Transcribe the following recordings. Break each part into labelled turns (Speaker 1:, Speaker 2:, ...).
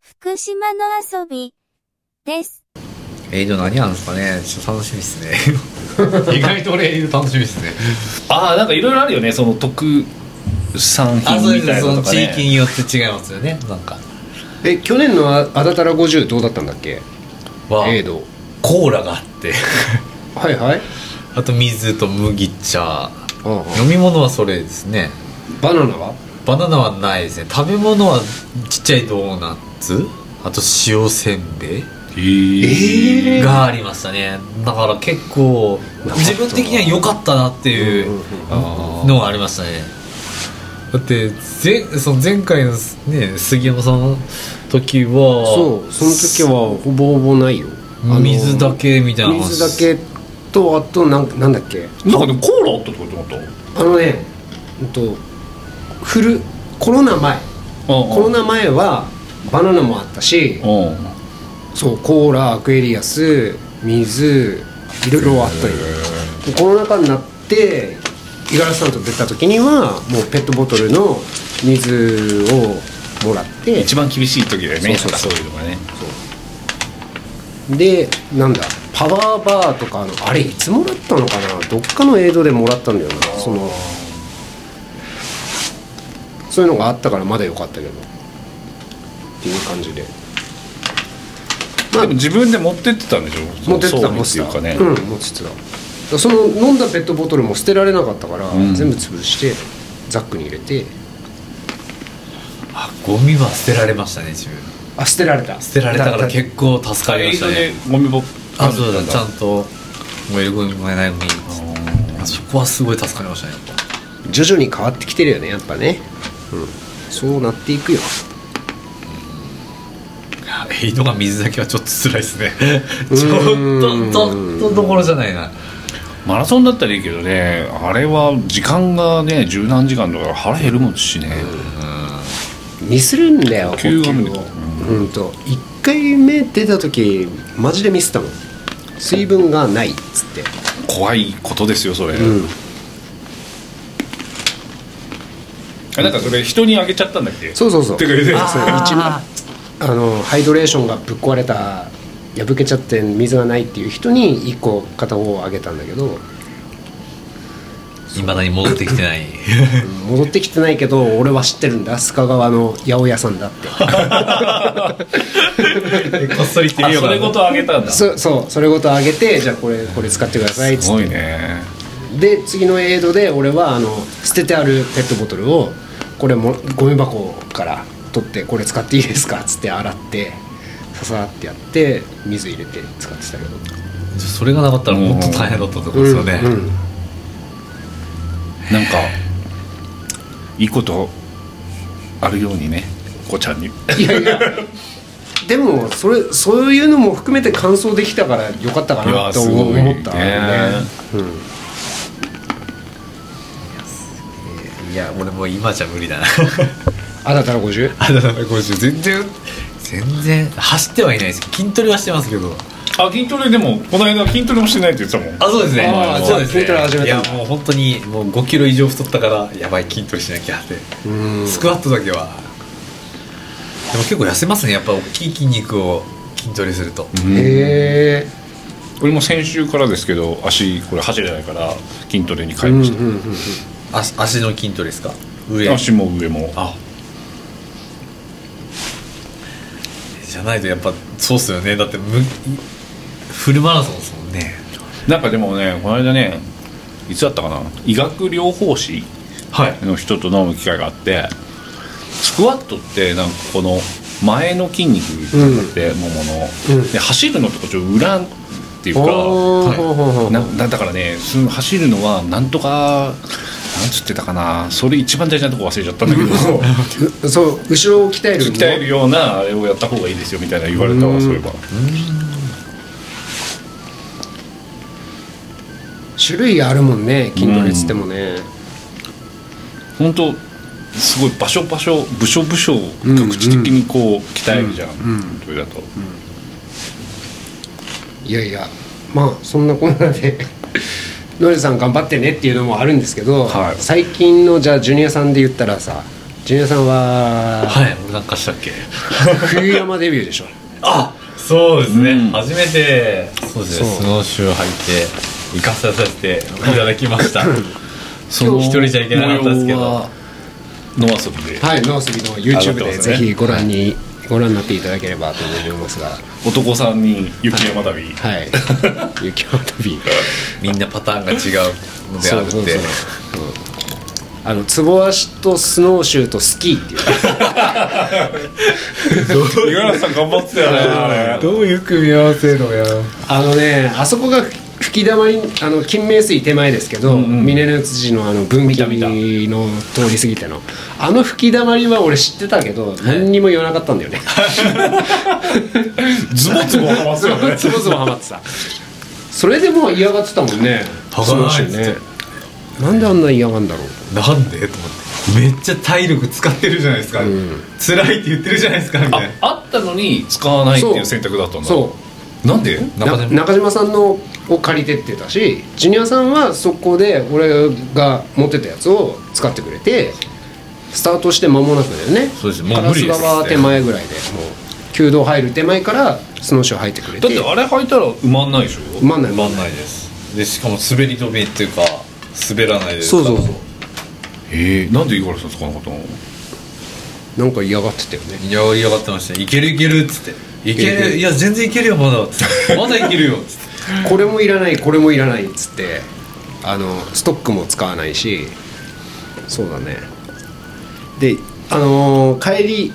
Speaker 1: 福島の遊びです。
Speaker 2: エイド何やるんですかねちょっと楽しみですね意外と俺エイド楽しみですね
Speaker 3: ああなんかいろいろあるよねその特産
Speaker 2: あ
Speaker 3: 品
Speaker 2: そうで
Speaker 3: みた
Speaker 2: す
Speaker 3: い
Speaker 2: そ
Speaker 3: なの
Speaker 2: の
Speaker 3: とか
Speaker 2: 地
Speaker 3: ね
Speaker 2: 域によって違いますよねなんか
Speaker 4: え去年のああだたら50どうだったんだっけ
Speaker 2: は
Speaker 4: エイド
Speaker 2: コーラがあって
Speaker 4: はいはい
Speaker 2: あと水と麦茶
Speaker 4: うんうん
Speaker 2: 飲み物はそれですね
Speaker 4: バナナは
Speaker 2: バナナはないですね食べ物はちっちゃいドーナツあと塩せんべい
Speaker 3: へー
Speaker 2: がありましたねだから結構自分的には良かったなっていうのがありましたねだって前その前回の、ね、杉山さんの時は
Speaker 4: そうその時はほぼほぼないよあの
Speaker 2: 水だけみたいな話
Speaker 4: 水だけとあとなんなんだっけ
Speaker 3: なんかでもコーラあったってこと思った
Speaker 4: あのねうんとフルコロナ前コロナ前はバナナもあったし
Speaker 3: うんうん
Speaker 4: そうコーラアクエリアス水いろいろあったりコロナ禍になって五十嵐さんと出た時にはもうペットボトルの水をもらって
Speaker 3: 一番厳しい時だよね
Speaker 4: そうそ
Speaker 3: なんかそ
Speaker 4: うそう
Speaker 3: ういうのがね
Speaker 4: でなんだパワーバーとかあのあれいつもらったのかなどっかの映像でもらったんだよなそのそういうのがあったからまだ良かったけどっていう感じでまあ
Speaker 3: でも自分で持ってってたんでしょ
Speaker 4: 持ってってた
Speaker 3: も
Speaker 4: 持っ
Speaker 3: ってい
Speaker 4: て
Speaker 3: うか
Speaker 4: た、
Speaker 3: ね
Speaker 4: うん持ってただからその飲んだペットボトルも捨てられなかったから、
Speaker 3: ん
Speaker 4: 全部潰してザックに入れて
Speaker 2: あゴミは捨てられましたね自分
Speaker 4: あ捨てられた
Speaker 2: 捨てられたから結構助かりま
Speaker 3: 映
Speaker 2: した
Speaker 3: 像
Speaker 2: ね
Speaker 3: でゴミ箱
Speaker 2: あそうだちゃ
Speaker 3: と
Speaker 2: んと燃えるゴミ燃えないゴミあそこはすごい助かりましたねやっぱ
Speaker 4: 徐々に変わってきてるよねやっぱね、うん、そうなっていくよ
Speaker 2: エイドが水だけはちょっと辛いですね
Speaker 4: ん
Speaker 2: ちょっとちょっとどころじゃないな
Speaker 3: マラソンだったらいいけどねあれは時間がね十何時間だから腹減るもんしね
Speaker 4: ミスるんだよ補
Speaker 3: 給
Speaker 4: 給
Speaker 3: は無理
Speaker 4: をうんと1回目出た時マジでミスったもん水分がないっつって
Speaker 3: 怖いことですよそれ、
Speaker 4: うん
Speaker 3: えなんかそれ人にあげちゃったんだっけ
Speaker 4: そうそうそう
Speaker 3: てかね
Speaker 4: そう一番あのハイドレーションがぶっ壊れた破けちゃって水がないっていう人に1個片方あげたんだけど
Speaker 2: いまだに戻ってきてない
Speaker 4: 戻ってきてないけど俺は知ってるんだ須賀川の八百屋さんだって
Speaker 2: こっそり行って
Speaker 3: あそれごとあげたんだ
Speaker 4: そそうそれごとあげてじゃあこれこれ使ってくださいっつ
Speaker 3: す
Speaker 4: っ
Speaker 3: ご
Speaker 4: て
Speaker 3: いね
Speaker 4: で次のエイドで俺はあの捨ててあるペットボトルをこれもゴミ箱から取ってこれ使っていいですかっつって洗ってささってやって水入れて使ってたけど
Speaker 2: それがなかったらもっと大変だったと思うんですよね、
Speaker 4: うんうん
Speaker 3: なんかいいことあるようにねこちゃんに
Speaker 4: いやいやでもそれそういうのも含めて完走できたからよかったか
Speaker 3: いや
Speaker 4: な
Speaker 3: ー
Speaker 4: と
Speaker 3: すご
Speaker 4: 思
Speaker 3: いね
Speaker 4: 思ったうん
Speaker 2: いや俺もう今じゃ無理だな
Speaker 4: あだたら 50?
Speaker 2: あだから今週全然全然走ってはいないです筋トレはしてますけど
Speaker 3: あ筋トレでもこの間筋トレもしてないって言ってたもん
Speaker 2: あそうですね
Speaker 4: あー
Speaker 2: そうですね
Speaker 4: 筋トレ始めたん
Speaker 2: い
Speaker 4: だ
Speaker 2: やもう本当にもう5キロ以上太ったからやばい筋トレしなきゃって、
Speaker 4: うん
Speaker 2: スクワットだけはでも結構痩せますねやっぱ大きい筋肉を筋トレすると、
Speaker 4: へえ
Speaker 3: 俺も先週からですけど足これ走れないから筋トレに変え
Speaker 4: う
Speaker 3: ま
Speaker 4: んうん
Speaker 3: した、
Speaker 4: うんうん
Speaker 2: 足足の筋トレですか上
Speaker 3: 足も上も
Speaker 2: あじゃないとやっぱそうっすよねだってむフルマラソンですもんね
Speaker 3: なんかでもねこの間ねいつだったかな医学療法士
Speaker 2: はい
Speaker 3: の人と飲む機会があってスクワットってなんかこの前の筋肉ってももの、
Speaker 4: うん
Speaker 3: で走るのとこちょっと裏っていうか、
Speaker 4: おー
Speaker 3: はい
Speaker 4: ほうほうほう
Speaker 3: ななだからねその走るのはなんとかなんつってたかなそれ一番大事なとこ忘れちゃったんだけど
Speaker 4: うそう後ろを鍛えるの
Speaker 3: 鍛えるようなあれをやった方がいいですよみたいな言われたわそういえば
Speaker 4: 種類あるもんね筋トレっつってもね
Speaker 3: 本当すごい場所場所部署部署局地的にこう鍛えるじゃん、それだと、
Speaker 4: いやいやまあそんなこんなで ノリさん頑張ってねっていうのもあるんですけど、
Speaker 3: はい
Speaker 4: 最近のじゃあジュニアさんで言ったらさジュニアさんは、
Speaker 2: はい俺なんかしたっけ
Speaker 4: 冬山デビューでしょ
Speaker 2: あそうですね、
Speaker 3: うん
Speaker 2: 初めてそうです
Speaker 4: そう
Speaker 2: スノーシュー履いて行かさせていただきました
Speaker 3: そ
Speaker 2: 一人じゃいけなかったですけど
Speaker 3: 模様は野遊びで、
Speaker 4: はいノースビの
Speaker 3: 上がっ
Speaker 4: YouTube
Speaker 3: てま
Speaker 4: です
Speaker 3: ね
Speaker 4: ぜひご覧に、ご覧になっていただければと思いますが
Speaker 3: 男さんに雪山旅、
Speaker 4: はい 雪の旅
Speaker 2: みんなパターンが違うのであるって
Speaker 4: あのツボ足とスノーシューとスキーっていう
Speaker 3: 五十嵐さん頑張ってたよ ねあれ
Speaker 2: どういう組み合わせのや
Speaker 4: あのねあそこが吹き玉にあの金明水手前ですけど、
Speaker 3: んうん
Speaker 4: 峰の辻のあの分岐
Speaker 3: た見た
Speaker 4: の通り過ぎてのあの吹き玉には俺知ってたけど、何にも言わなかったんだよね
Speaker 3: ズボズボはますよ ね
Speaker 4: つぼつぼハマってたそれでもう嫌がってたもんね
Speaker 2: 剥がないっつって
Speaker 4: そうだよねなんであんな嫌がんだろう
Speaker 2: なんでと思ってめっちゃ体力使ってるじゃないですか、辛いって言ってるじゃないですかみたいな
Speaker 3: あったのに使わないっていう選択だったんだ
Speaker 4: そう
Speaker 3: なんで
Speaker 4: うな中島さんのを借りてってたしジュニアさんはそこで俺が持ってたやつを使ってくれてスタートして間もなくだよね
Speaker 2: そうですもう無理です
Speaker 4: 烏川手前ぐらいでもう弓道入る手前からスノーシュー入ってくれて
Speaker 3: だってあれ履いたら埋まんないでしょ
Speaker 4: 埋まんない
Speaker 2: わかんないですでしかも滑り止めっていうか滑らないです
Speaker 4: そうそうそう
Speaker 3: ええなんで五十嵐さん使わなかったの
Speaker 4: なんか嫌がってたよね
Speaker 2: いや嫌がってましたいけるいけるっつっていけ
Speaker 4: いけ
Speaker 2: る
Speaker 4: る
Speaker 2: いや全然いけるよまだっつってまだいけるよっつって
Speaker 4: これもいらないこれもいらないっつってあのストックも使わないしそうだねであのー帰り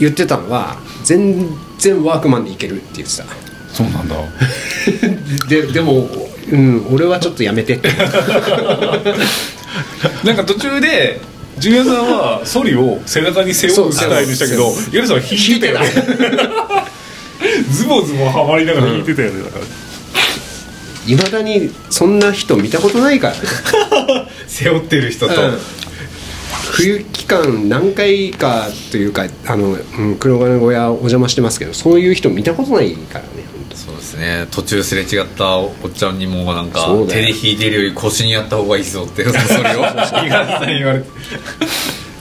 Speaker 4: 言ってたのは全然ワークマンでいけるって言ってた
Speaker 3: そうなんだ
Speaker 4: ででも、うん、俺はちょっとやめてって
Speaker 3: なんか途中でジュニアさんはソリを背中に背負う世代でしたけど
Speaker 4: そう
Speaker 3: 五十嵐さんは引いてたよね ズボズボはまりながら引いてたよねだから
Speaker 4: いまだにそんな人見たことないからね、
Speaker 2: 背負ってる人と、
Speaker 4: 冬期間何回かというかあの、うん、黒金小屋お邪魔してますけどそういう人見たことないからね本当
Speaker 2: そうですね途中すれ違ったおっちゃんにもなんか
Speaker 4: そうだ
Speaker 2: 手
Speaker 4: よ
Speaker 2: で引いてるより腰にやった方がいいぞって それを東さんに言われて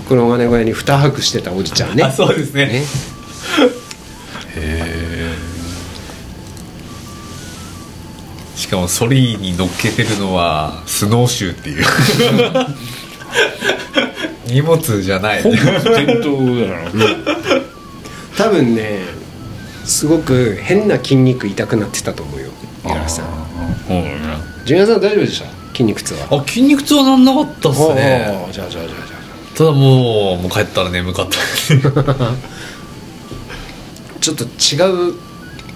Speaker 4: 黒金小屋に2泊してたおじちゃんね
Speaker 2: あそうですね
Speaker 4: ね
Speaker 2: しかもソリに乗っけてるのはスノーシューって いう荷物じゃない
Speaker 3: ほぼ転倒だな
Speaker 4: 多分ねすごく変な筋肉痛くなってたと思うよ五十嵐さん
Speaker 3: そうだね
Speaker 4: ジュニアさん大丈夫でした筋肉痛は
Speaker 2: あ筋肉痛はなんなかったっすね
Speaker 4: おーじゃあじゃあじゃあじゃ
Speaker 2: ただもうもう帰ったら眠かった
Speaker 4: あちょっと違う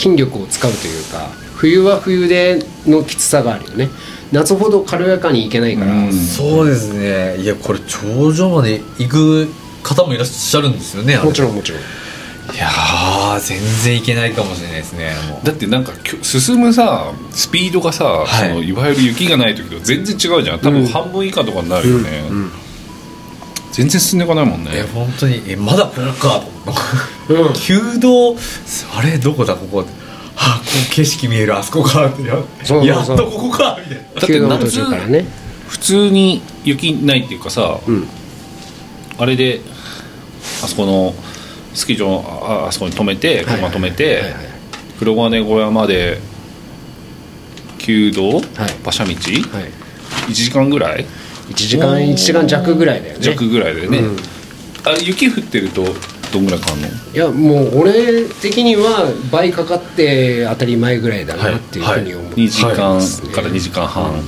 Speaker 4: 筋力を使うというか冬は冬でのきつさがあるよね夏ほど軽やかにいけないから、
Speaker 3: うん
Speaker 2: そうですねいやこれ頂上まで行く方もいらっしゃるんですよねあれ
Speaker 4: もちろんもちろん
Speaker 2: いやー全然行けないかもしれないですねも
Speaker 3: だってなんかきょ進むさスピードがさ、
Speaker 2: はい
Speaker 3: い、そのいわゆる雪がない時と全然違うじゃん多
Speaker 4: うん
Speaker 3: 分半分以下とかになるよね、
Speaker 4: うん
Speaker 3: 全然進んでいかないもん
Speaker 2: うえ
Speaker 3: ね
Speaker 2: 本当にえまだここか
Speaker 4: うん
Speaker 2: 弓道あれどこだここあこう景色見えるあそこかってや
Speaker 4: そうそうそう
Speaker 2: やっとここかみたいな
Speaker 3: だって
Speaker 4: 急な
Speaker 3: 夏
Speaker 4: 途中からね
Speaker 3: 普通に雪ないっていうかさ、
Speaker 4: ん
Speaker 3: あれであそこのスキー場ああそこに止めて
Speaker 4: はい
Speaker 3: 車止めて、
Speaker 4: はいはい
Speaker 3: 黒金小屋まで弓道、
Speaker 4: はい
Speaker 3: 馬車道、
Speaker 4: はい
Speaker 3: 1時間ぐらい
Speaker 4: 1時間一時間弱ぐらいだよね
Speaker 3: 弱ぐらいだよね、
Speaker 4: うん
Speaker 3: あれ雪降ってるとどんぐらい変わんの
Speaker 4: いやもう俺的には倍かかって当たり前ぐらいだなっていうふうに思って
Speaker 3: 2時間
Speaker 4: ますね
Speaker 3: から2時間半、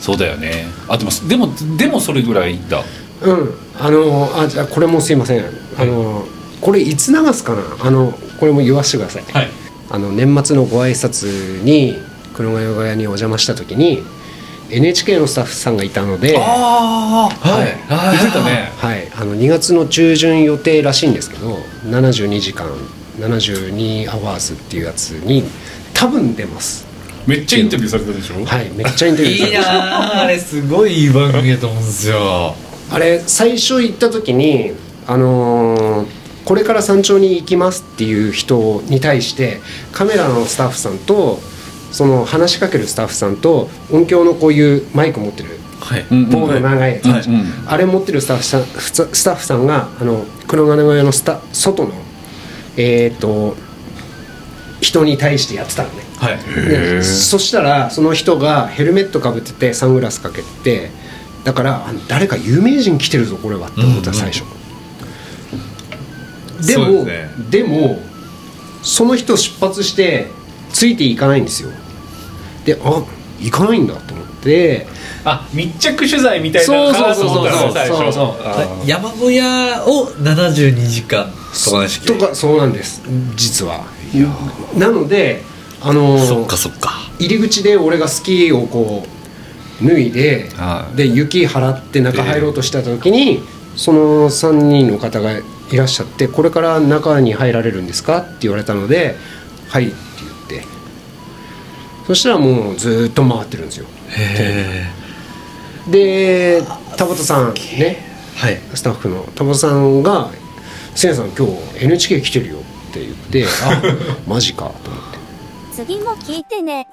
Speaker 3: そうだよねあでもでもでもそれぐらいだ
Speaker 4: うん、あのあじゃあこれもすいませんあのこれいつ流すかなあのこれも言わせてください、
Speaker 2: はい
Speaker 4: あの年末のご挨拶に黒金小屋にお邪魔した時に NHK のスタッフさんがいたのでは
Speaker 2: ああはい
Speaker 3: 言ってたね
Speaker 4: い、あの2月の中旬予定らしいんですけど72時間72アワーズっていうやつに多分出ます
Speaker 3: めっちゃインタビューされたでしょ
Speaker 4: はいめっちゃインタビューされ
Speaker 2: い
Speaker 4: て
Speaker 2: いなああれすごいいい番組だと思うんですよ
Speaker 4: あれ最初行った時にあのーこれから山頂に行きますっていう人に対してカメラのスタッフさんとその話しかけるスタッフさんと音響のこういうマイク持ってる
Speaker 2: はい
Speaker 3: うん
Speaker 4: 棒の長いやつ、
Speaker 3: はいうん
Speaker 4: あれ持ってるスタッフさんふつスタッフさんがあの黒金小屋のスタ外のえっ、と人に対してやってたのね
Speaker 2: はい
Speaker 4: でそしたらその人がヘルメットかぶっててサングラスかけてだからあ誰か有名人来てるぞこれはって思った
Speaker 2: うんうん
Speaker 4: 最初、でも
Speaker 2: そうですね
Speaker 4: でもその人出発してついていかないんですよであ行かないんだと思って
Speaker 3: あ密着取材みたいなのかなと思った
Speaker 4: そ
Speaker 3: の
Speaker 4: うそう
Speaker 3: 最
Speaker 4: そうそう
Speaker 3: 初
Speaker 4: そうそう
Speaker 3: あー
Speaker 2: 山小屋を72時間とかでしたっけ
Speaker 4: とかそうなんです実はなのであのー
Speaker 2: そっかそっか
Speaker 4: 入り口で俺がスキーをこう脱いで、
Speaker 3: はい
Speaker 4: で雪払って中入ろうとした時に、その3人の方がいらっしゃって「これから中に入られるんですか?」って言われたので「はい」って言ってそしたらもうずーっと回ってるんですよ
Speaker 2: へ
Speaker 4: で田畑さんね
Speaker 2: えはい
Speaker 4: スタッフの田畑さんが「せいやさん今日 NHK 来てるよ」って言って「あマジか」と思って。
Speaker 1: 次も聞いてね。